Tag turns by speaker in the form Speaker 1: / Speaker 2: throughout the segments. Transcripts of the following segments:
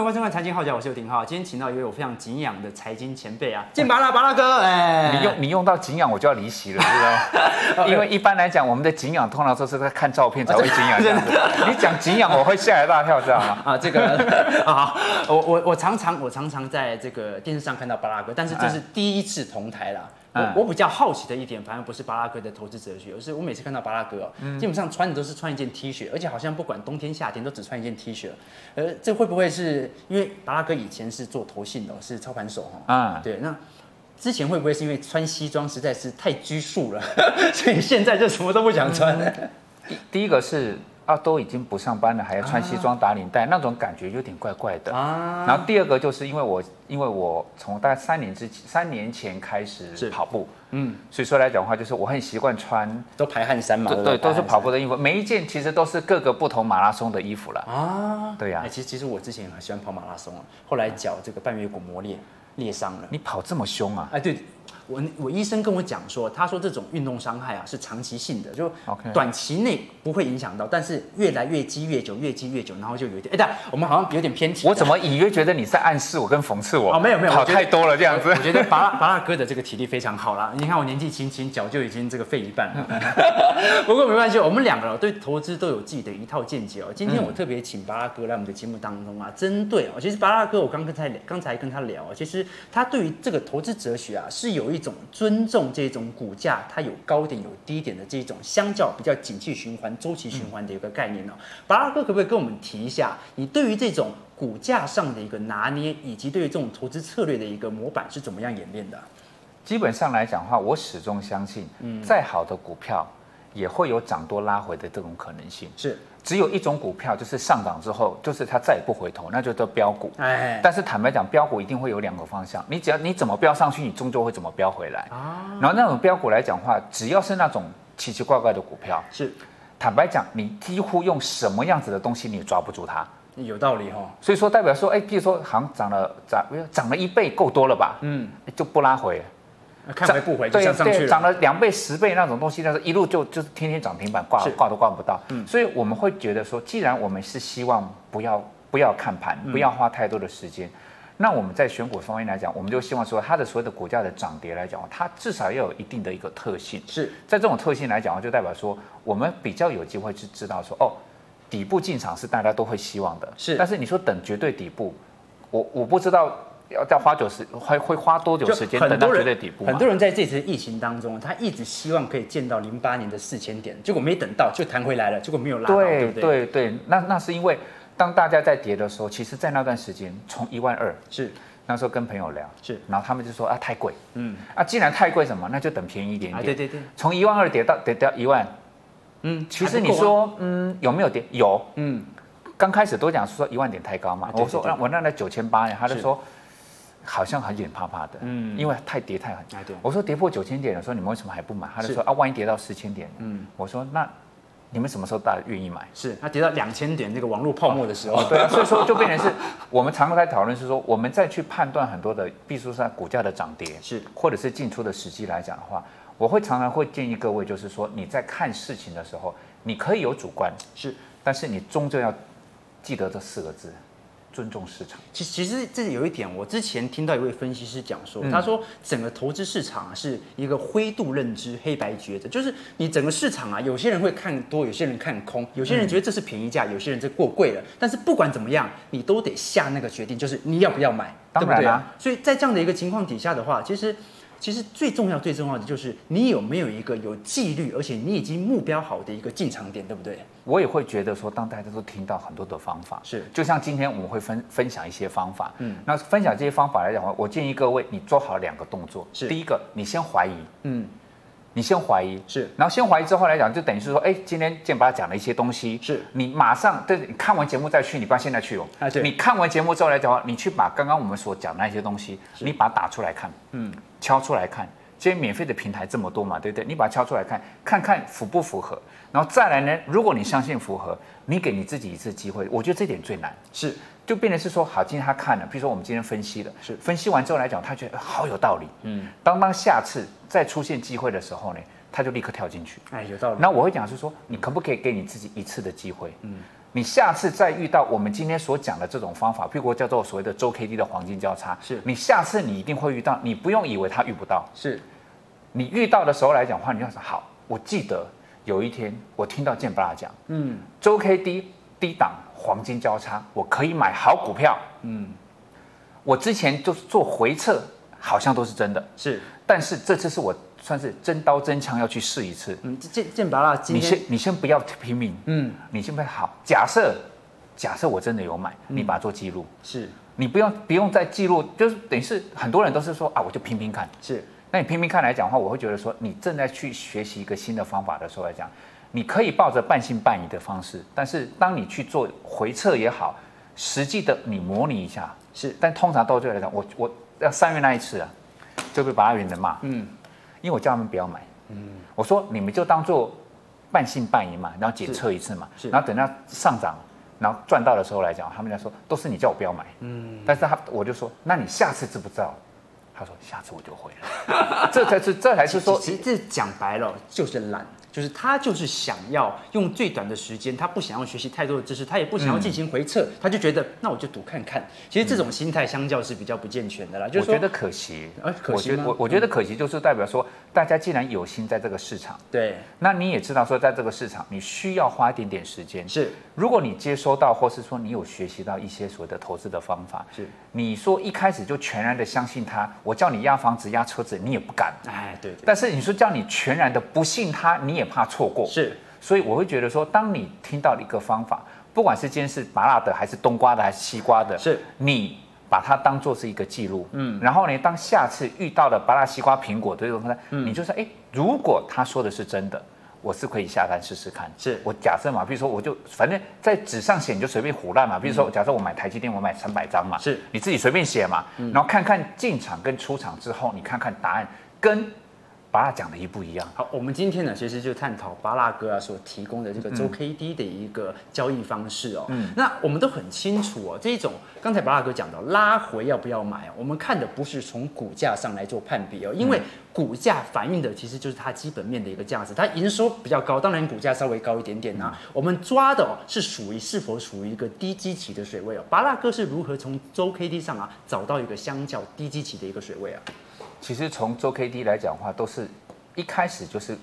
Speaker 1: 各位观众、财经号角，我是刘廷浩。今天请到一位我非常敬仰的财经前辈啊，
Speaker 2: 进拔啦，拔啦哥，哎、
Speaker 3: 你用你用到景仰，我就要离席了，知 道吗？因为一般来讲，我们的景仰通常都是在看照片才会景仰这样子。你讲景仰，我会吓一大跳，知道吗？
Speaker 2: 啊，这个
Speaker 1: 啊，我我我常常我常常在这个电视上看到巴拉哥，但是这是第一次同台啦。
Speaker 3: 嗯
Speaker 1: 我我比较好奇的一点，反而不是巴拉哥的投资哲学，而是我每次看到巴拉哥、哦，
Speaker 3: 嗯
Speaker 1: 基本上穿的都是穿一件 T 恤，而且好像不管冬天夏天都只穿一件 T 恤。呃，这会不会是因为巴拉哥以前是做投信的哦，是操盘手哈、哦？
Speaker 3: 啊、
Speaker 1: 对，那之前会不会是因为穿西装实在是太拘束了，所以现在就什么都不想穿了？
Speaker 3: 嗯第一个是啊，都已经不上班了，还要穿西装打领带，那种感觉有点怪怪的。
Speaker 1: 啊
Speaker 3: 然后第二个就是因为我，因为我从大概三年之前三年前开
Speaker 1: 是
Speaker 3: 始跑步，
Speaker 1: 嗯，
Speaker 3: 所以说来讲的话，就是我很习惯穿，
Speaker 1: 都排汗衫嘛，
Speaker 3: 对
Speaker 1: 不
Speaker 3: 对，都是跑
Speaker 1: 排汗
Speaker 3: 步的衣服，每一件其实都是各个不同马拉松的衣服了。
Speaker 1: 衫啊。
Speaker 3: 对呀
Speaker 1: 哎，其实其实我之前很喜欢跑马拉松啊，后来脚这个半月骨磨裂裂伤了。
Speaker 3: 你跑这么凶啊？
Speaker 1: 哎，对，我我医生跟我讲说，他说这种运动伤害啊是长期性的，就
Speaker 3: OK
Speaker 1: 短期内不会影响到，但是越来越积越久，越积越久，然后就有一点，哎，但我们好像有点偏题了。
Speaker 3: 我怎么隐约觉得你在暗示我跟讽刺我？
Speaker 1: 哦没有没有我
Speaker 3: 跑
Speaker 1: 觉得
Speaker 3: 太多了这样子
Speaker 1: 我。觉得拔蜡拔蜡哥的这个体力非常好啦。你看我年纪轻轻，脚就已经这个废一半了。 不过没关系，我们两个人对投资都有自己的一套见解哦。今天我特别请拔蜡哥来我们的节目当中啊，针对哦，其实拔蜡哥我刚跟他聊刚才跟他聊哦，其实他对于这个投资哲学啊，是有一种尊重这种股价它有高点有低点的这种相较比较景气循环、周期循环的一个概念哦。拔蜡哥可不可以跟我们提一下，你对于这种股价上的一个拿捏，以及对于这种投资策略的一个模板是怎么样演练的啊、
Speaker 3: 基本上来讲的话，我始终相信，
Speaker 1: 嗯
Speaker 3: 再好的股票也会有涨多拉回的这种可能性。
Speaker 1: 是，
Speaker 3: 只有一种股票就是上涨之后，就是它再也不回头，那就叫标股。
Speaker 1: 哎，
Speaker 3: 但是坦白讲，标股一定会有两个方向，你只要你怎么标上去，你终究会怎么标回来。
Speaker 1: 啊
Speaker 3: 然后那种标股来讲的话，只要是那种奇奇怪怪的股票，
Speaker 1: 是
Speaker 3: 坦白讲，你几乎用什么样子的东西你也抓不住它。
Speaker 1: 有道理哦哈、
Speaker 3: 所以说代表说，哎，譬如说行涨了涨，涨了一倍够多了吧？嗯，就不拉回，
Speaker 1: 哦，看回不回就
Speaker 3: 对
Speaker 1: 像上去
Speaker 3: 对，涨
Speaker 1: 了。
Speaker 3: 了两倍、十倍那种东西，但是一路就就是天天涨停板挂
Speaker 1: 是嗯
Speaker 3: 挂都挂不到。所以我们会觉得说，既然我们是希望不要不要看盘，
Speaker 1: 嗯
Speaker 3: 不要花太多的时间。那我们在选股方面来讲，我们就希望说，它的所有的股价的涨跌来讲，它至少要有一定的一个特性。
Speaker 1: 是
Speaker 3: 在这种特性来讲，就代表说我们比较有机会去知道说，哦，底部进场是大家都会希望的，
Speaker 1: 是
Speaker 3: 但是你说等绝对底部，我我不知道要要花久时，会会花多久
Speaker 1: 就
Speaker 3: 时间
Speaker 1: 很
Speaker 3: 等
Speaker 1: 多
Speaker 3: 到绝
Speaker 1: 人
Speaker 3: 对底部嘛
Speaker 1: 很多人在这次疫情当中，他一直希望可以见到零八年的四千点，结果没等到就弹回来了，结果没有拉到，对
Speaker 3: 对
Speaker 1: 不对？
Speaker 3: 对对，那那是因为当大家在跌的时候，其实，在那段时间从一万二，
Speaker 1: 是
Speaker 3: 那时候跟朋友聊，
Speaker 1: 是
Speaker 3: 然后他们就说啊太贵，嗯，啊既然太贵什么，那就等便宜一点
Speaker 1: 啊，
Speaker 3: 点，
Speaker 1: 对对对，
Speaker 3: 从一万二跌到跌到一万，
Speaker 1: 嗯，
Speaker 3: 其
Speaker 1: 还
Speaker 3: 实
Speaker 1: 不
Speaker 3: 你
Speaker 1: 够啊，
Speaker 3: 说嗯有没有跌？有，
Speaker 1: 嗯，
Speaker 3: 刚开始都讲说一万点太高嘛
Speaker 1: 啊，对
Speaker 3: 我说
Speaker 1: 对对
Speaker 3: 那我那那九千八呀，他就是说好像很有点怕怕的，
Speaker 1: 嗯
Speaker 3: 嗯，因为太跌太狠
Speaker 1: 哎对。
Speaker 3: 我说跌破九千点的时候，你们为什么还不买？他就是说啊，万一跌到四千点，
Speaker 1: 嗯
Speaker 3: 嗯，我说那你们什么时候大家愿意买？
Speaker 1: 是他跌到两千点这个网络泡沫的时候，
Speaker 3: 对啊，所以说就变成是我们常常在讨论，是说我们再去判断很多的，必须是股价的涨跌，
Speaker 1: 是
Speaker 3: 或者是进出的时机来讲的话，我会常常会建议各位，就是说你在看事情的时候，你可以有主观，
Speaker 1: 是
Speaker 3: 但是你终究要记得这四个字：尊重市场。
Speaker 1: 其其实这有一点，我之前听到一位分析师讲说，
Speaker 3: 嗯
Speaker 1: 他说整个投资市场啊是一个灰度认知、黑白抉择，就是你整个市场啊，有些人会看多，有些人看空，有些人觉得这是便宜价，有些人这过贵了。但是不管怎么样，你都得下那个决定，就是你要不要买，
Speaker 3: 当然
Speaker 1: 对不对
Speaker 3: 啦
Speaker 1: 啊？所以在这样的一个情况底下的话，其实。其实最重要、最重要的就是你有没有一个有纪律，而且你已经目标好的一个进场点，对不对？
Speaker 3: 我也会觉得说，当大家都听到很多的方法，
Speaker 1: 是
Speaker 3: 就像今天我们会分分享一些方法，嗯，那分享这些方法来讲的话，我建议各位你做好两个动作，
Speaker 1: 是
Speaker 3: 第一个，你先怀疑，
Speaker 1: 嗯，
Speaker 3: 你先怀疑，
Speaker 1: 是
Speaker 3: 然后先怀疑之后来讲，就等于是说，哎，今天健爸讲了一些东西，
Speaker 1: 是
Speaker 3: 你马上对，你看完节目再去，你不要现在去哦，
Speaker 1: 啊对
Speaker 3: 你看完节目之后来讲的话，你去把刚刚我们所讲的那些东西，你把它打出来看，嗯，敲出来看。今天免费的平台这么多嘛，对不对？你把它敲出来看，看看符不符合，然后再来呢？如果你相信符合，你给你自己一次机会，我觉得这点最难。
Speaker 1: 是
Speaker 3: 就变成是说，好，今天他看了，比如说我们今天分析了，
Speaker 1: 是
Speaker 3: 分析完之后来讲，他觉得、呃好有道理，嗯，当当下次再出现机会的时候呢，他就立刻跳进去。
Speaker 1: 哎，有道理。
Speaker 3: 那我会讲是说，你可不可以给你自己一次的机会？嗯，你下次再遇到我们今天所讲的这种方法，譬如叫做所谓的周 K D 的黄金交叉，
Speaker 1: 是
Speaker 3: 你下次你一定会遇到，你不用以为它遇不到，
Speaker 1: 是
Speaker 3: 你遇到的时候来讲的话，你就想好，我记得有一天我听到建巴拉讲，嗯，周 K D 低档黄金交叉，我可以买好股票，嗯，我之前就是做回撤，好像都是真的，
Speaker 1: 是，
Speaker 3: 但是这次是我算是真刀真枪要去试一次，
Speaker 1: 嗯，这这剑拔啦，今
Speaker 3: 你先
Speaker 1: 天
Speaker 3: 你先不要拼命，嗯，你先不要好，假设假设我真的有买，你把它做记录，
Speaker 1: 是
Speaker 3: 你不用不用再记录，就是等于是很多人都是说啊，我就拼拼看，
Speaker 1: 是
Speaker 3: 那你拼拼看来讲的话，我会觉得说，你正在去学习一个新的方法的时候来讲，你可以抱着半信半疑的方式，但是当你去做回测也好，实际的你模拟一下，
Speaker 1: 是
Speaker 3: 但通常到最后来讲，我我要三月那一次啊，就被八元人骂，嗯，因为我叫他们不要买，嗯，我说你们就当做半信半疑嘛，然后检测一次嘛，
Speaker 1: 是
Speaker 3: 然后等到上涨。然后赚到的时候来讲，他们在说都是你叫我不要买，嗯，但是他我就说，那你下次知不知道？他说下次我就会了，这才是这才是说
Speaker 1: 其实这讲白了就是懒，就是他就是想要用最短的时间，他不想要学习太多的知识，他也不想要
Speaker 3: 嗯
Speaker 1: 进行回测，他就觉得那我就赌看看。其实这种心态相较是比较不健全的啦，就
Speaker 3: 我
Speaker 1: 是说
Speaker 3: 觉得可惜
Speaker 1: 啊，可惜
Speaker 3: 我觉
Speaker 1: 吗
Speaker 3: 我我觉得可惜就是代表说，大家既然有心在这个市场，
Speaker 1: 对
Speaker 3: 那你也知道说，在这个市场你需要花一点点时间。
Speaker 1: 是
Speaker 3: 如果你接收到，或是说你有学习到一些所谓的投资的方法，
Speaker 1: 是，
Speaker 3: 你说一开始就全然的相信他，我叫你压房子、压车子，你也不敢。
Speaker 1: 哎对对
Speaker 3: 但是你说叫你全然的不信他，你也怕错过。
Speaker 1: 是
Speaker 3: 所以我会觉得说，当你听到一个方法，不管是今天是麻辣的，还是冬瓜的，还是西瓜的，
Speaker 1: 是
Speaker 3: 你把它当做是一个记录，嗯，然后呢，当下次遇到了麻辣西瓜、苹果这种呢，
Speaker 1: 嗯
Speaker 3: 你就说，哎，如果他说的是真的。我是可以下单试试看，
Speaker 1: 是
Speaker 3: 我假设嘛，比如说我就反正在纸上写你就随便胡乱嘛，比如说假设我买台积电，我买三百张嘛，
Speaker 1: 嗯是嗯
Speaker 3: 你自己随便写嘛，然后看看进场跟出场之后，你看看答案跟把它讲的一不一样，
Speaker 1: 好，我们今天呢，其实就探讨巴拉哥啊所提供的这个周 K D 的一个交易方式哦。那我们都很清楚哦，这种刚才巴拉哥讲到拉回要不要买哦，我们看的不是从股价上来做判别哦，因为股价反映的其实就是它基本面的一个价值，它营收比较高，当然股价稍微高一点点啊。我们抓的哦是属于是否属于一个低基期的水位哦。巴拉哥是如何从周 K D 上啊找到一个相较低基期的一个水位啊？
Speaker 3: 其实从周 K D 来讲的话，都是一开始就是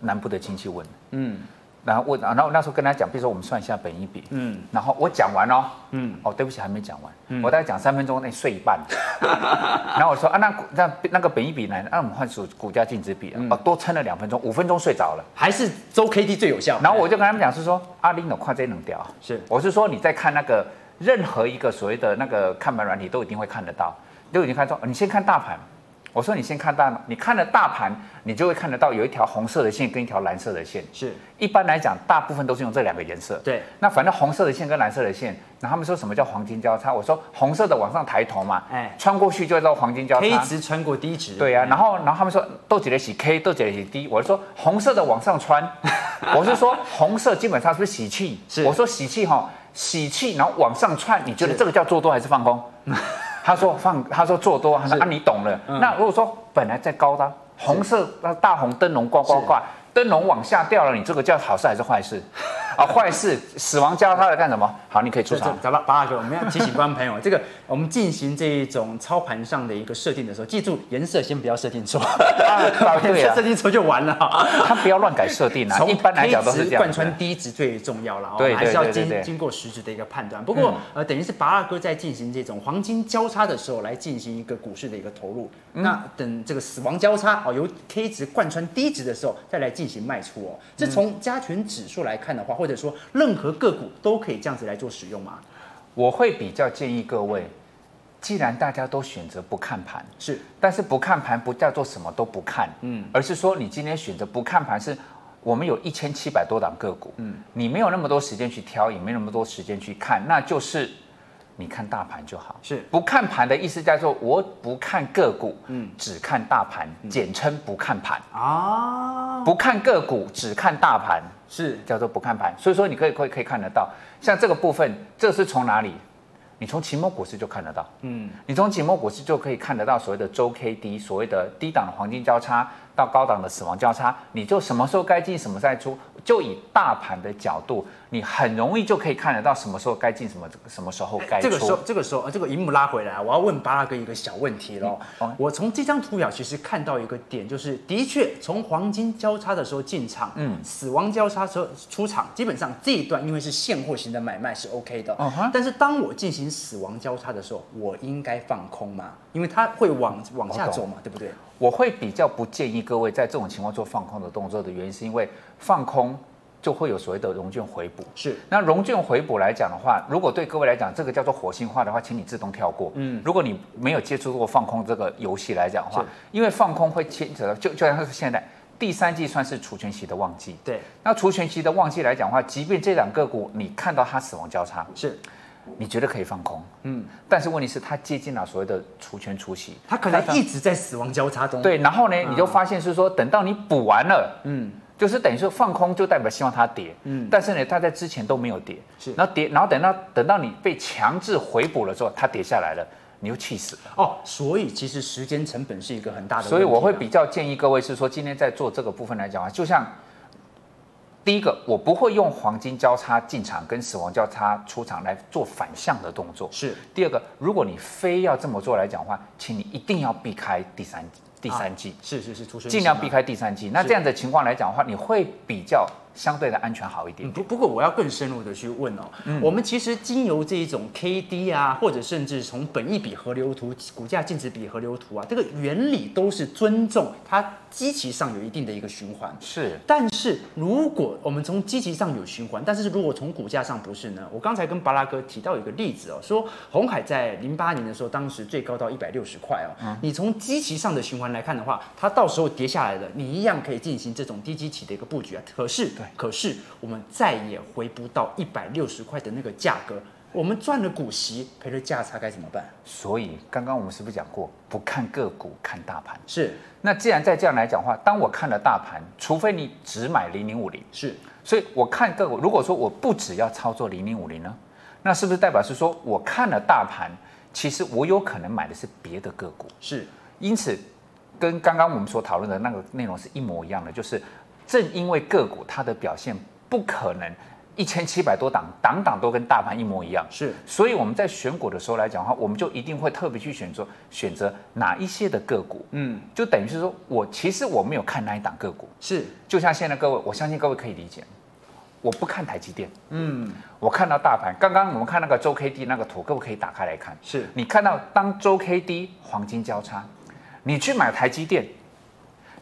Speaker 3: 南部的亲戚问，嗯，然后问，然后那时候跟他讲，比如说我们算一下本一比，嗯，然后我讲完哦，嗯，哦，对不起，还没讲完，我大概讲三分钟内睡一 半，然后我说啊，那股那那个本一比呢？那我们换股股价净值比，哦，多撑了两分钟，五分钟睡着了。
Speaker 1: 还是周 K D 最有效？
Speaker 3: 然后我就跟他们讲是说，啊阿玲有跨这能掉，
Speaker 1: 是
Speaker 3: 我是说你在看那个任何一个所谓的那个看盘软体都一定会看得到，都已经看到，哦你先看大盘。我说你先看大，你看了大盘，你就会看得到有一条红色的线跟一条蓝色的线。
Speaker 1: 是
Speaker 3: 一般来讲，大部分都是用这两个颜色。
Speaker 1: 对
Speaker 3: 那反正红色的线跟蓝色的线，然后他们说什么叫黄金交叉？我说红色的往上抬头嘛，
Speaker 1: 哎
Speaker 3: 穿过去就叫黄金交叉。
Speaker 1: 黑值穿过低值，
Speaker 3: 对呀、然后然后他们说豆姐的洗 K，豆姐的洗 D，我是说红色的往上穿， 我是说红色基本上是不是喜气，
Speaker 1: 是
Speaker 3: 我说喜气哈，喜气然后往上窜，你觉得这个叫做多还是放空？他说放，他说做多，他说
Speaker 1: 是嗯
Speaker 3: 啊你懂了。那如果说本来在高的红色那大红灯笼挂挂挂，灯笼往下掉了，你这个叫好事还是坏事？啊，坏事，死亡交叉来干什么？好，你可以出
Speaker 1: 这这
Speaker 3: 场。
Speaker 1: 咱把八大哥，我们要提醒观众朋友，这个我们进行这一种操盘上的一个设定的时候，记住颜色先不要设定错，
Speaker 3: 啊对啊
Speaker 1: 设定错就完了哈。
Speaker 3: 他不要乱改设定啊，
Speaker 1: 从
Speaker 3: 一般来讲都是
Speaker 1: 黑
Speaker 3: 这
Speaker 1: 值
Speaker 3: 样
Speaker 1: 贯
Speaker 3: 子。
Speaker 1: 穿低值最重要了哦，
Speaker 3: 对
Speaker 1: 还是要
Speaker 3: 对对对
Speaker 1: 经
Speaker 3: 对嗯
Speaker 1: 经过实质的一个判断。不过呃，等于是拔二哥在进行这种黄金交叉的时候，来进行一个股市的一个投入。
Speaker 3: 嗯
Speaker 1: 那等这个死亡交叉哦，由 K 值贯穿低值的时候，再来进行卖出哦。这从加权指数来看的话，或者说任何个股都可以这样子来做使用嘛？
Speaker 3: 我会比较建议各位，既然大家都选择不看盘，
Speaker 1: 是
Speaker 3: 但是不看盘不叫做什么都不看，嗯，而是说你今天选择不看盘是。我们有一千七百多档个股，嗯，你没有那么多时间去挑，也没那么多时间去看，那就是你看大盘就好。
Speaker 1: 是
Speaker 3: 不看盘的意思叫做我不看个股，嗯，只看大盘，简称不看盘，
Speaker 1: 啊，
Speaker 3: 不看个股只看大盘，
Speaker 1: 是
Speaker 3: 叫做不看盘，所以说你可以可以可以看得到，像这个部分，这是从哪里？你从期末股市就看得到。
Speaker 1: 嗯，
Speaker 3: 你从紧末股市就可以看得到所谓的周 K D，所谓的低档的黄金交叉到高档的死亡交叉，你就什么时候该进，什么时候该出，就以大盘的角度，你很容易就可以看得到什么时候该进，什么什么时候该出。
Speaker 1: 这个时候，这个时候，呃这个荧幕拉回来，我要问巴拉哥一个小问题喽。
Speaker 3: 嗯好
Speaker 1: 我从这张图表其实看到一个点，就是的确从黄金交叉的时候进场，嗯，死亡交叉时候出场，基本上这一段因为是现货型的买卖是 OK 的。
Speaker 3: 嗯哼
Speaker 1: 但是当我进行死亡交叉的时候，我应该放空吗？因为它会往往下
Speaker 3: 我懂
Speaker 1: 走嘛，对不对？
Speaker 3: 我会比较不建议各位在这种情况做放空的动作的原因，是因为放空就会有所谓的融券回补。
Speaker 1: 是。
Speaker 3: 那融券回补来讲的话，如果对各位来讲这个叫做火星化的话，请你自动跳过。嗯，如果你没有接触过放空这个游戏来讲的话
Speaker 1: 是，
Speaker 3: 因为放空会牵扯到，就就像是现在第三季算是除权息的旺季。
Speaker 1: 对，
Speaker 3: 那除权息的旺季来讲的话，即便这两个股你看到它死亡交叉，
Speaker 1: 是，
Speaker 3: 你觉得可以放空，
Speaker 1: 嗯，
Speaker 3: 但是问题是它接近了所谓的除权除息，
Speaker 1: 它可能一直在死亡交叉中。，
Speaker 3: 对，然后呢，你就发现是说，等到你补完了，嗯，就是等于说放空就代表希望它跌，嗯，但是呢，它在之前都没有跌，
Speaker 1: 是
Speaker 3: 然后跌，然后等到等到你被强制回补了之后，它跌下来了，你又气死了。
Speaker 1: 哦，所以其实时间成本是一个很大的问题啊。
Speaker 3: 所以我会比较建议各位是说，今天在做这个部分来讲啊，就像第一个，我不会用黄金交叉进场跟死亡交叉出场来做反向的动作，
Speaker 1: 是
Speaker 3: 第二个，如果你非要这么做来讲的话，请你一定要避开第三第三季。
Speaker 1: 啊是是是，出生
Speaker 3: 尽量
Speaker 1: 期嘛
Speaker 3: 避开第三季。那这样的情况来讲的话，你会比较相对的安全好一点
Speaker 1: 嗯。不不过我要更深入的去问哦，
Speaker 3: 嗯
Speaker 1: 我们其实经由这一种 K D 啊，或者甚至从本益比河流图、股价净值比河流图啊，这个原理都是尊重它基期上有一定的一个循环。
Speaker 3: 是
Speaker 1: 但是如果我们从积极上有循环，但是如果从股价上不是呢？我刚才跟巴拉哥提到一个例子哦，说红海在零八年的时候，当时最高到一百六十块哦。
Speaker 3: 嗯
Speaker 1: 你从积极上的循环来看的话，它到时候跌下来了，你一样可以进行这种低基期的一个布局啊。可是，可是我们再也回不到一百六十块的那个价格，我们赚了股息，赔了价差该怎么办？
Speaker 3: 所以刚刚我们是不是讲过，不看个股，看大盘？
Speaker 1: 是
Speaker 3: 那既然在这样来讲的话，当我看了大盘，除非你只买零零五零，
Speaker 1: 是，
Speaker 3: 所以我看个股，如果说我不只要操作零零五零呢，那是不是代表是说我看了大盘，其实我有可能买的是别的个股？
Speaker 1: 是
Speaker 3: 因此，跟刚刚我们所讨论的那个内容是一模一样的，就是正因为个股它的表现不可能一千七百多档，档档都跟大盘一模一样，
Speaker 1: 是
Speaker 3: 所以我们在选股的时候来讲的话，我们就一定会特别去选择选择哪一些的个股，
Speaker 1: 嗯，
Speaker 3: 就等于是说我其实我没有看那一档个股，
Speaker 1: 是
Speaker 3: 就像现在各位，我相信各位可以理解，我不看台积电，嗯，我看到大盘，刚刚我们看那个周 K D 那个图，各位可以打开来看，
Speaker 1: 是
Speaker 3: 你看到当周 K D 黄金交叉，你去买台积电，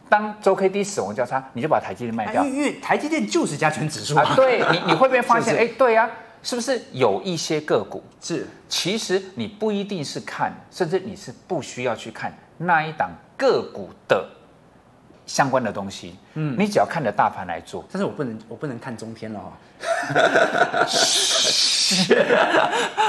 Speaker 3: 当周 K D 死亡交叉，你就把台积电卖
Speaker 1: 哎
Speaker 3: 掉
Speaker 1: 因为因为台积电就是加权指数
Speaker 3: 啊
Speaker 1: 啊，，
Speaker 3: 对你你会不会发现，
Speaker 1: 是
Speaker 3: 哎，对呀、是不是有一些个股，
Speaker 1: 是
Speaker 3: 其实你不一定是看，甚至你是不需要去看那一档个股的相关的东西，嗯，你只要看着大盘来做。
Speaker 1: 但是我不能，我不能看中天了哈、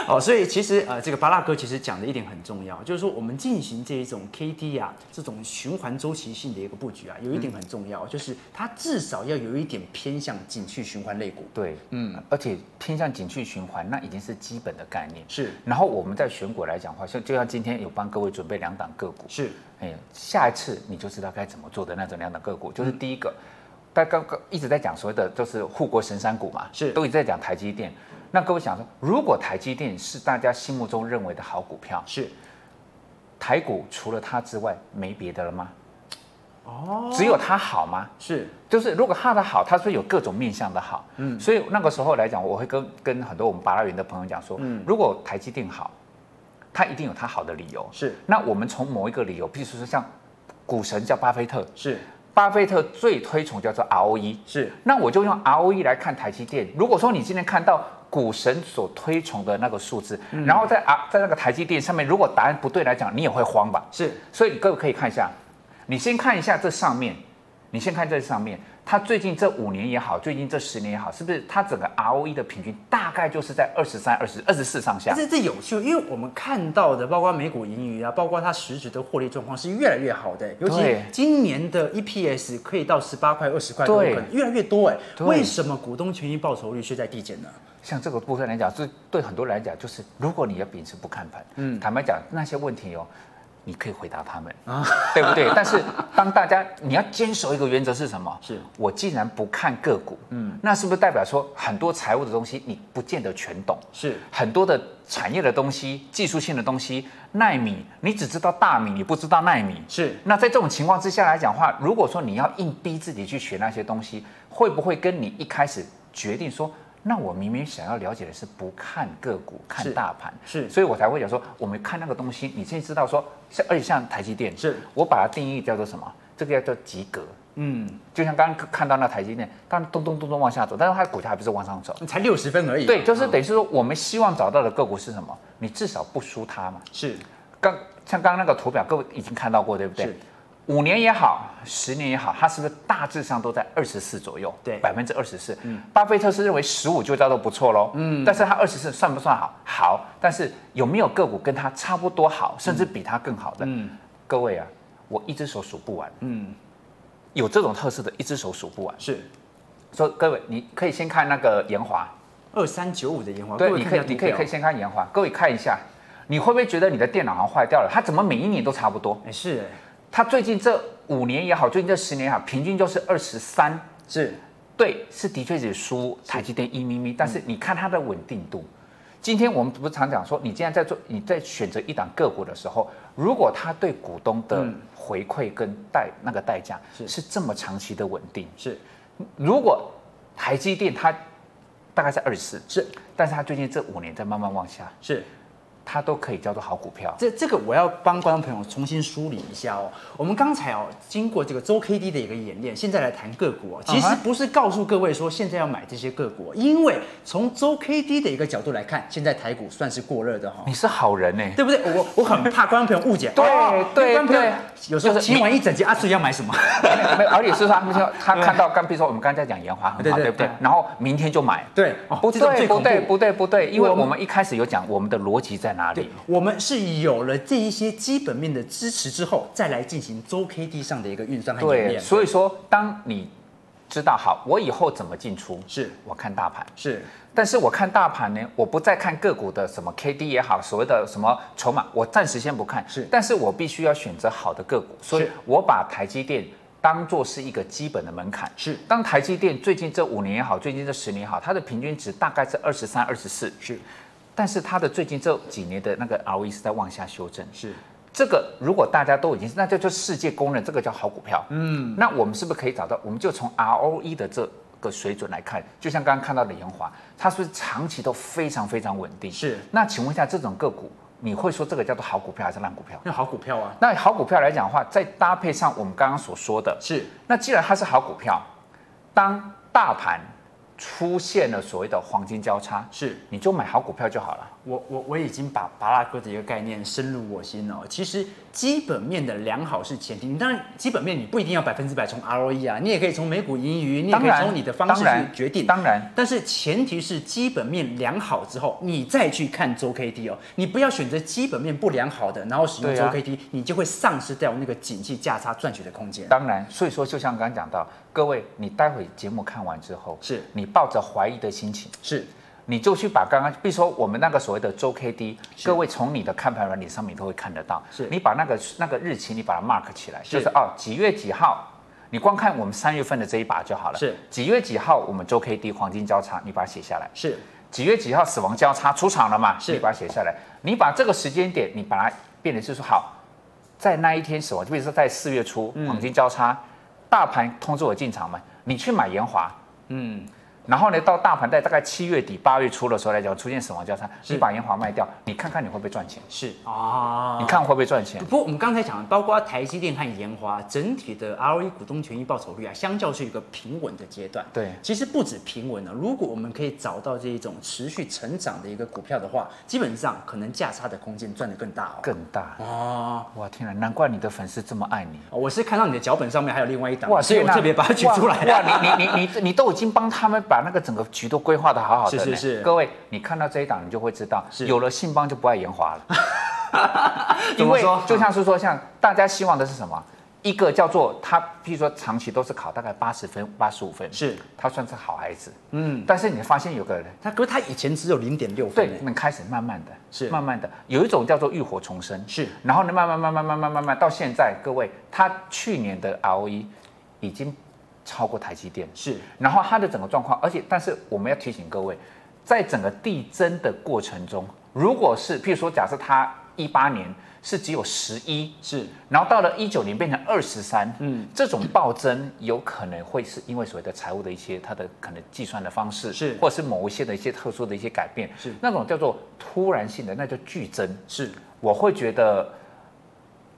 Speaker 1: 哦。所以其实呃，这个巴拉哥其实讲的一点很重要，就是说我们进行这一种 K D 啊，这种循环周期性的一个布局啊，有一点很重要，就是它至少要有一点偏向景气循环类股。
Speaker 3: 对，嗯，而且偏向景气循环，那已经是基本的概念。
Speaker 1: 是
Speaker 3: 然后我们在选股来讲的话，像就像今天有帮各位准备两档个股，
Speaker 1: 是
Speaker 3: 哎，下一次你就知道该怎么做的那种两档个股，就是第一个，大家刚刚一直在讲所谓的就是护国神山股嘛，
Speaker 1: 是
Speaker 3: 都一直在讲台积电。那各位想说，如果台积电是大家心目中认为的好股票，
Speaker 1: 是
Speaker 3: 台股除了它之外没别的了吗？哦，只有它好吗？
Speaker 1: 是
Speaker 3: 就是如果它的好，它是有各种面向的好，嗯，所以那个时候来讲，我会跟跟很多我们巴拉园的朋友讲说，嗯，如果台积电好，它一定有它好的理由，
Speaker 1: 是
Speaker 3: 那我们从某一个理由，譬如说像股神叫巴菲特，
Speaker 1: 是
Speaker 3: 巴菲特最推崇叫做 E ROE，
Speaker 1: 是
Speaker 3: 那我就用 ROE 来看台积电。如果说你今天看到股神所推崇的那个数字，然后在啊在那个台积电上面，如果答案不对来讲，你也会慌吧？
Speaker 1: 是
Speaker 3: 所以各位可以看一下，你先看一下这上面你先看这上面，它最近这五年也好，最近这十年也好，是不是它整个 ROE 的平均大概就是在二十三、二十、二十四上下？
Speaker 1: 这这有趣，因为我们看到的，包括美股盈余啊，包括它实质的获利状况是越来越好的，尤其
Speaker 3: 对
Speaker 1: 今年的 EPS 可以到十八块、二十块都有可能，越来越多哎。
Speaker 3: 对
Speaker 1: 为什么股东权益报酬率却在递减呢？
Speaker 3: 像这个部分来讲，是对很多人来讲，就是如果你要秉持不看盘，嗯，坦白讲那些问题哦，你可以回答他们啊，对不 对？但是当大家你要坚守一个原则是什么？
Speaker 1: 是
Speaker 3: 我既然不看个股，嗯，那是不是代表说很多财务的东西你不见得全懂？
Speaker 1: 是
Speaker 3: 很多的产业的东西、技术性的东西，纳米，你只知道大米，你不知道纳米。
Speaker 1: 是
Speaker 3: 那在这种情况之下来讲的话，如果说你要硬逼自己去学那些东西，会不会跟你一开始决定说，那我明明想要了解的是不看个股，看
Speaker 1: 是
Speaker 3: 大盘，
Speaker 1: 是
Speaker 3: 所以我才会讲说，我们看那个东西，你先知道说，像而且像台积电，
Speaker 1: 是
Speaker 3: 我把它定义叫做什么？这个叫做及格。
Speaker 1: 嗯，
Speaker 3: 就像刚刚看到那台积电，当然咚咚咚咚往下走，但是它的股价还不是往上走。
Speaker 1: 才六十分而已。
Speaker 3: 对，就是等于是说，我们希望找到的个股是什么？你至少不输它嘛。
Speaker 1: 是
Speaker 3: 刚像刚刚那个图表，各位已经看到过，对不对
Speaker 1: 是？
Speaker 3: 五年也好，十年也好，它是不是大致上都在二十四左右？
Speaker 1: 对嗯
Speaker 3: 百分之二十四。巴菲特是认为十五就叫做不错喽。嗯，但是他二十四算不算好？好，但是有没有个股跟它差不多
Speaker 1: 嗯
Speaker 3: 好，甚至比它更好的？嗯，各位啊，我一只手数不完。嗯，有这种特色的，一只手数不完。
Speaker 1: 是
Speaker 3: 所以各位，你可以先看那个研华，
Speaker 1: 二三九五的研华，
Speaker 3: 对，
Speaker 1: 各位
Speaker 3: 你
Speaker 1: 看
Speaker 3: 可以
Speaker 1: 一下
Speaker 3: 你
Speaker 1: 图
Speaker 3: 可以
Speaker 1: 表
Speaker 3: 可以先看研华，各位看一下，你会不会觉得你的电脑好像坏掉了？它怎么每一年都差不多？
Speaker 1: 哎是哎
Speaker 3: 它最近这五年也好，最近这十年也好，平均就是二十三，
Speaker 1: 是
Speaker 3: 对，是的确只输台积电一咪咪，但是你看它的稳定度。今天我们不是常讲说，你既然在做你在选择一档个股的时候，如果它对股东的回馈跟代那个代价
Speaker 1: 嗯是
Speaker 3: 是这么长期的稳定，
Speaker 1: 是
Speaker 3: 如果台积电它大概在二十四，
Speaker 1: 是
Speaker 3: 但是它最近这五年在慢慢往下，
Speaker 1: 是，
Speaker 3: 它都可以叫做好股票。
Speaker 1: 这这个我要帮观众朋友重新梳理一下哦。我们刚才哦，经过这个周 K D 的一个演练，现在来谈个股哦。其实
Speaker 3: 啊哈
Speaker 1: 不是告诉各位说现在要买这些个股哦，因为从周 K D 的一个角度来看，现在台股算是过热的哈、
Speaker 3: 你是好人欸呢、
Speaker 1: 对不对？我我很怕观众朋友误解，
Speaker 3: 哎对
Speaker 1: 哦
Speaker 3: 对
Speaker 1: 观众朋友
Speaker 3: 对
Speaker 1: 有时候
Speaker 3: 就是
Speaker 1: 听
Speaker 3: 你
Speaker 1: 完一整集，阿水要买什么？
Speaker 3: 没有，而且是他 们说他看到刚，比如说我们刚才在讲研华很
Speaker 1: 对
Speaker 3: 好，
Speaker 1: 对
Speaker 3: 对不对
Speaker 1: 对？
Speaker 3: 然后明天就买，
Speaker 1: 对，哦
Speaker 3: 不
Speaker 1: 这种最
Speaker 3: 对，不
Speaker 1: 恐怖
Speaker 3: 对，不对，不对，因为
Speaker 1: 我们
Speaker 3: 我们一开始有讲我们的逻辑在哪
Speaker 1: 对
Speaker 3: 里。，
Speaker 1: 我们是有了这一些基本面的支持之后，再来进行周 K D 上的一个运算和演
Speaker 3: 对，
Speaker 1: 练。
Speaker 3: 所以说当你知道好，我以后怎么进出，
Speaker 1: 是
Speaker 3: 我看大盘。
Speaker 1: 是
Speaker 3: 但是我看大盘呢，我不再看个股的什么 K D 也好，所谓的什么筹码，我暂时先不看。
Speaker 1: 是
Speaker 3: 但是我必须要选择好的个股，所以
Speaker 1: 是
Speaker 3: 我把台积电当做是一个基本的门槛。
Speaker 1: 是
Speaker 3: 当台积电最近这五年也好，最近这十年也好，它的平均值大概是二十三、二十四，
Speaker 1: 是
Speaker 3: 但是它的最近这几年的那个 ROE 是在往下修正。
Speaker 1: 是
Speaker 3: 这个如果大家都已经，那这就世界公认，这个叫好股票。嗯，那我们是不是可以找到？我们就从 ROE 的这个水准来看，就像刚刚看到的延华，它是不是长期都非常非常稳定。
Speaker 1: 是
Speaker 3: 那请问一下，这种个股，你会说这个叫做好股票还是烂股票？
Speaker 1: 那好股票啊。
Speaker 3: 那好股票来讲的话，再搭配上我们刚刚所说的，
Speaker 1: 是
Speaker 3: 那既然它是好股票，当大盘出现了所谓的黄金交叉，
Speaker 1: 是，
Speaker 3: 你就买好股票就好了。
Speaker 1: 我我我已经把巴拉哥的一个概念深入我心了哦。其实基本面的良好是前提，你当然基本面你不一定要百分之百从 ROE 啊，你也可以从每股盈余，你也
Speaker 3: 当
Speaker 1: 可以
Speaker 3: 然
Speaker 1: 从你的方式
Speaker 3: 当然
Speaker 1: 去决定。
Speaker 3: 当然
Speaker 1: 但是前提是基本面良好之后，你再去看周 K D 哦，你不要选择基本面不良好的，然后使用
Speaker 3: 对
Speaker 1: 周
Speaker 3: 啊
Speaker 1: K D，、你就会丧失掉那个景气价差赚取的空间。
Speaker 3: 当然，所以说就像刚刚讲到，各位，你待会节目看完之后，
Speaker 1: 是
Speaker 3: 你抱着怀疑的心情，
Speaker 1: 是
Speaker 3: 你就去把刚刚，比如说我们那个所谓的周 K D，各位从你的看盘软体上面都会看得到，
Speaker 1: 是
Speaker 3: 你把那个那个日期你把它 mark 起来，
Speaker 1: 是
Speaker 3: 就是哦几月几号。你光看我们三月份的这一把就好了，
Speaker 1: 是
Speaker 3: 几月几号我们周 K D 黄金交叉，你把它写下来。
Speaker 1: 是
Speaker 3: 几月几号死亡交叉出场了嘛？
Speaker 1: 是
Speaker 3: 你把它写下来，你把这个时间点，你把它变成是说好，在那一天死亡，就比如说在四月初黄金交叉，大盘通知我进场嘛，你去买延华，嗯，然后呢，到大盘在大概七月底八月初的时候来讲，出现死亡交叉，你把延华卖掉，你看看你会不会赚钱？
Speaker 1: 是啊，
Speaker 3: 你看会不会赚钱？
Speaker 1: 不过我们刚才讲，包括台积电和研华，整体的 ROE 股东权益报酬率啊，相较是一个平稳的阶段。
Speaker 3: 对
Speaker 1: 其实不止平稳了、啊如果我们可以找到这一种持续成长的一个股票的话，基本上可能价差的空间赚得更大哦。
Speaker 3: 更大
Speaker 1: 哦，
Speaker 3: 哇！天哪，啊难怪你的粉丝这么爱你。
Speaker 1: 我是看到你的脚本上面还有另外一档，
Speaker 3: 哇，
Speaker 1: 所以我
Speaker 3: 天哪
Speaker 1: 特别把它举出来。
Speaker 3: 哇，哇你你你你你都已经帮他们把那个整个局都规划的好好的呢。
Speaker 1: 是是是
Speaker 3: 各位，你看到这一档，你就会知道，
Speaker 1: 是
Speaker 3: 有了信邦就不爱延华了。
Speaker 1: 怎
Speaker 3: 因
Speaker 1: 么
Speaker 3: 为
Speaker 1: 说
Speaker 3: 就像是说，像大家希望的是什么？一个叫做他，譬如说长期都是考大概八十分、八十五分，
Speaker 1: 嗯是
Speaker 3: 他算是好孩子。嗯，但是你发现有个人，
Speaker 1: 他可是他以前只有零点六分
Speaker 3: 对，
Speaker 1: 欸，
Speaker 3: 那开始慢慢的，
Speaker 1: 是
Speaker 3: 慢慢的，有一种叫做浴火重生，
Speaker 1: 是
Speaker 3: 然后呢，慢慢慢慢慢慢慢慢到现在，各位，他去年的 ROE 已经超过台积电，
Speaker 1: 是
Speaker 3: 然后它的整个状况，而且但是我们要提醒各位，在整个递增的过程中，如果是譬如说假设它一八年是只有十一，
Speaker 1: 是
Speaker 3: 然后到了一九年变成二十三，嗯，这种暴增有可能会是因为所谓的财务的一些它的可能计算的方式，
Speaker 1: 是
Speaker 3: 或是某一些的一些特殊的一些改变，
Speaker 1: 是
Speaker 3: 那种叫做突然性的，那叫剧增。
Speaker 1: 是
Speaker 3: 我会觉得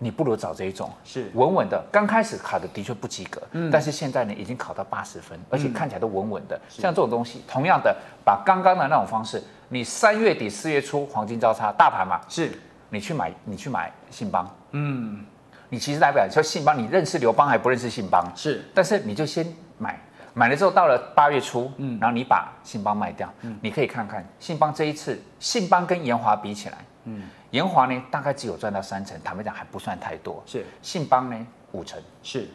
Speaker 3: 你不如找这一种，
Speaker 1: 是
Speaker 3: 稳稳的。刚开始考的的确不及格，但是现在呢已经考到八十分，而且看起来都稳稳的。像这种东西，同样的，把刚刚的那种方式，你三月底四月初黄金交叉大盘嘛，
Speaker 1: 是
Speaker 3: 你去买，你去买信邦，嗯，你其实来不了，说信邦，你认识刘邦还不认识信邦，
Speaker 1: 是
Speaker 3: 但是你就先买，买了之后到了八月初，嗯，然后你把信邦卖掉，你可以看看信邦这一次，信邦跟延华比起来，嗯，延华呢大概只有赚到三成，坦白讲还不算太多，
Speaker 1: 是
Speaker 3: 信邦呢五成，
Speaker 1: 是。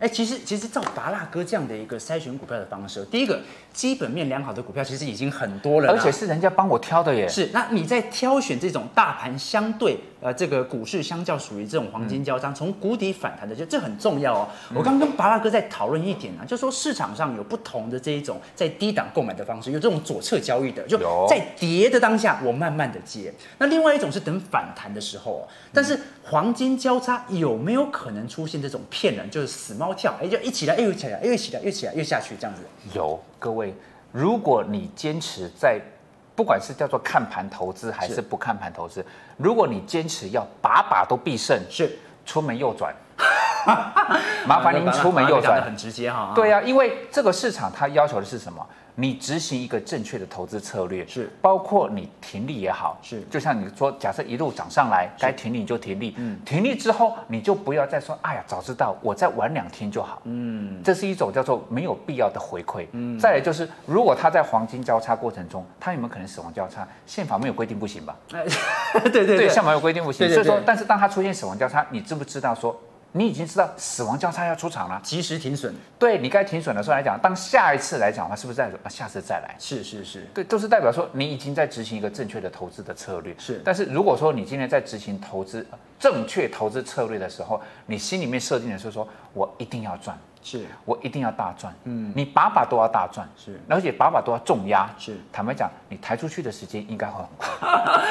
Speaker 1: 哎、其实其实照达拉哥这样的一个筛选股票的方式，第一个基本面良好的股票其实已经很多了啦，
Speaker 3: 而且是人家帮我挑的耶，
Speaker 1: 是，那你在挑选这种大盘相对呃这个股市相较属于这种黄金交叉，从谷底反弹的，就这很重要哦。
Speaker 3: 嗯
Speaker 1: 我刚跟巴拉哥在讨论一点啊，就说市场上有不同的这一种在低档购买的方式，有这种左侧交易的，就
Speaker 3: 有
Speaker 1: 在跌的当下我慢慢的接。那另外一种是等反弹的时候哦，但是黄金交叉有没有可能出现这种骗人，就是死猫跳，哎、就一起来，哎又起来，哎又起来，又起来又下去这样子？
Speaker 3: 有各位，如果你坚持在，不管是叫做看盘投资还
Speaker 1: 是
Speaker 3: 是不看盘投资，如果你坚持要把把都必胜，
Speaker 1: 是，
Speaker 3: 出门右转，麻烦您
Speaker 1: 巴拉
Speaker 3: 出
Speaker 1: 巴
Speaker 3: 门
Speaker 1: 拉
Speaker 3: 右
Speaker 1: 哥讲得
Speaker 3: 转。
Speaker 1: 很直接哈、
Speaker 3: 对呀、因为这个市场它要求的是什么？你执行一个正确的投资策略，
Speaker 1: 是
Speaker 3: 包括你停利也好，
Speaker 1: 是
Speaker 3: 就像你说，假设一路涨上来，该停利你就停利，
Speaker 1: 嗯
Speaker 3: 停利之后你就不要再说，哎呀，早知道我再晚两天就好，嗯，这是一种叫做没有必要的回馈，嗯，再来就是，如果它在黄金交叉过程中，它有没有可能死亡交叉？宪法没有规定不行吧？
Speaker 1: 哎 对对
Speaker 3: 对，项目有规定不行。
Speaker 1: 对对
Speaker 3: 所以说
Speaker 1: 对，
Speaker 3: 但是当它出现死亡交叉，你知不知道说你已经知道死亡交叉要出场了？
Speaker 1: 及时停损。
Speaker 3: 对你该停损的时候来讲，当下一次来讲的话，是不是再啊下次再来？
Speaker 1: 是是是，
Speaker 3: 对，就是代表说你已经在执行一个正确的投资的策略。
Speaker 1: 是
Speaker 3: 但是如果说你今天在执行投资呃正确投资策略的时候，你心里面设定的是说，我一定要赚，
Speaker 1: 是
Speaker 3: 我一定要大赚，嗯，你把把都要大赚，
Speaker 1: 是
Speaker 3: 而且把把都要重压，
Speaker 1: 是
Speaker 3: 坦白讲，你抬出去的时间应该会很快。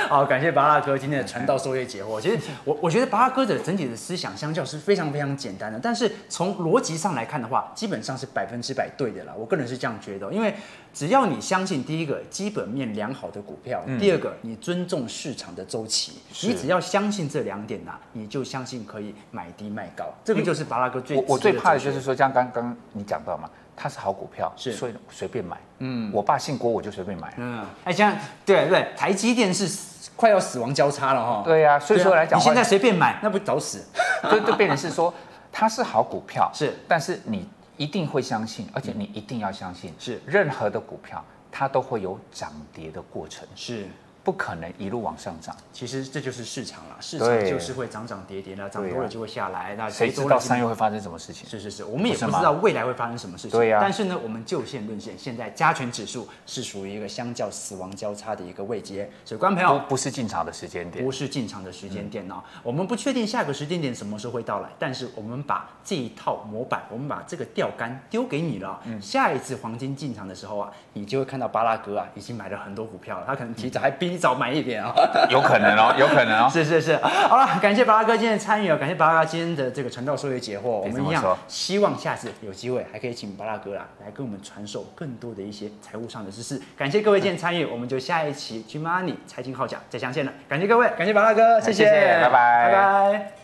Speaker 1: 好，感谢巴拉哥今天的传道授业解惑。其实我我觉得巴拉哥的整体的思想相较是非常非常简单的，但是从逻辑上来看的话，基本上是百分之百对的啦。我个人是这样觉得哦，因为只要你相信第一个基本面良好的股票，
Speaker 3: 嗯
Speaker 1: 第二个你尊重市场的周期，你只要相信这两点呐、你就相信可以买低卖高。这个就是巴拉哥最
Speaker 3: 嗯我我
Speaker 1: 直接
Speaker 3: 最怕的
Speaker 1: 哲学
Speaker 3: 就是说，像刚刚你讲到嘛，它是好股票，
Speaker 1: 是
Speaker 3: 所以随便买。嗯，我爸姓郭，我就随便买。
Speaker 1: 嗯，哎，这样对对，台积电是死快要死亡交叉了哈。
Speaker 3: 对呀所以说
Speaker 1: 对啊
Speaker 3: 来讲
Speaker 1: 你
Speaker 3: 话
Speaker 1: 现在随便买，那不找死？
Speaker 3: 所 以就变成是说，它是好股票，
Speaker 1: 是
Speaker 3: 但是你一定会相信，而且你一定要相信，
Speaker 1: 是
Speaker 3: 任何的股票它都会有涨跌的过程，
Speaker 1: 是，
Speaker 3: 不可能一路往上涨。
Speaker 1: 其实这就是市场啦，市场
Speaker 3: 对
Speaker 1: 就是会涨涨跌跌啦，涨
Speaker 3: 对啊
Speaker 1: 多了就会下来，那
Speaker 3: 谁
Speaker 1: 跌多了
Speaker 3: 知道
Speaker 1: 就
Speaker 3: 三月会发生什么事情？
Speaker 1: 是是是，我们也
Speaker 3: 不是
Speaker 1: 不知
Speaker 3: 吗
Speaker 1: 道未来会发生什么事情。
Speaker 3: 对呀
Speaker 1: 但是呢，我们就线论线，现在加权指数是属于一个相较死亡交叉的一个位阶，所以观众朋
Speaker 3: 都
Speaker 1: 友。
Speaker 3: 不是进场的时间点嗯
Speaker 1: 不。是进场的时间点哦，我们不确定下个时间点什么时候会到来，但是我们把这一套模板，我们把这个钓竿丢给你了哦。
Speaker 3: 嗯
Speaker 1: 下一次黄金进场的时候啊，你就会看到巴拉哥啊已经买了很多股票了，他可能提早还比早买一点啊、
Speaker 3: 有可能哦，有可 能哦。
Speaker 1: 是是是，好了，感谢巴拉哥今天的参与哦，感谢巴拉哥今天的这个传道授业解惑，哦我
Speaker 3: 别这
Speaker 1: 们
Speaker 3: 么
Speaker 1: 一样
Speaker 3: 说
Speaker 1: 希望下次有机会还可以请巴拉哥啦来跟我们传授更多的一些财务上的知识。感谢各位今天参
Speaker 3: 嗯
Speaker 1: 与，我们就下一期 G Money 财经号角再相见了，感谢各位，感谢巴拉哥，谢
Speaker 3: 谢谢拜拜
Speaker 1: 拜拜。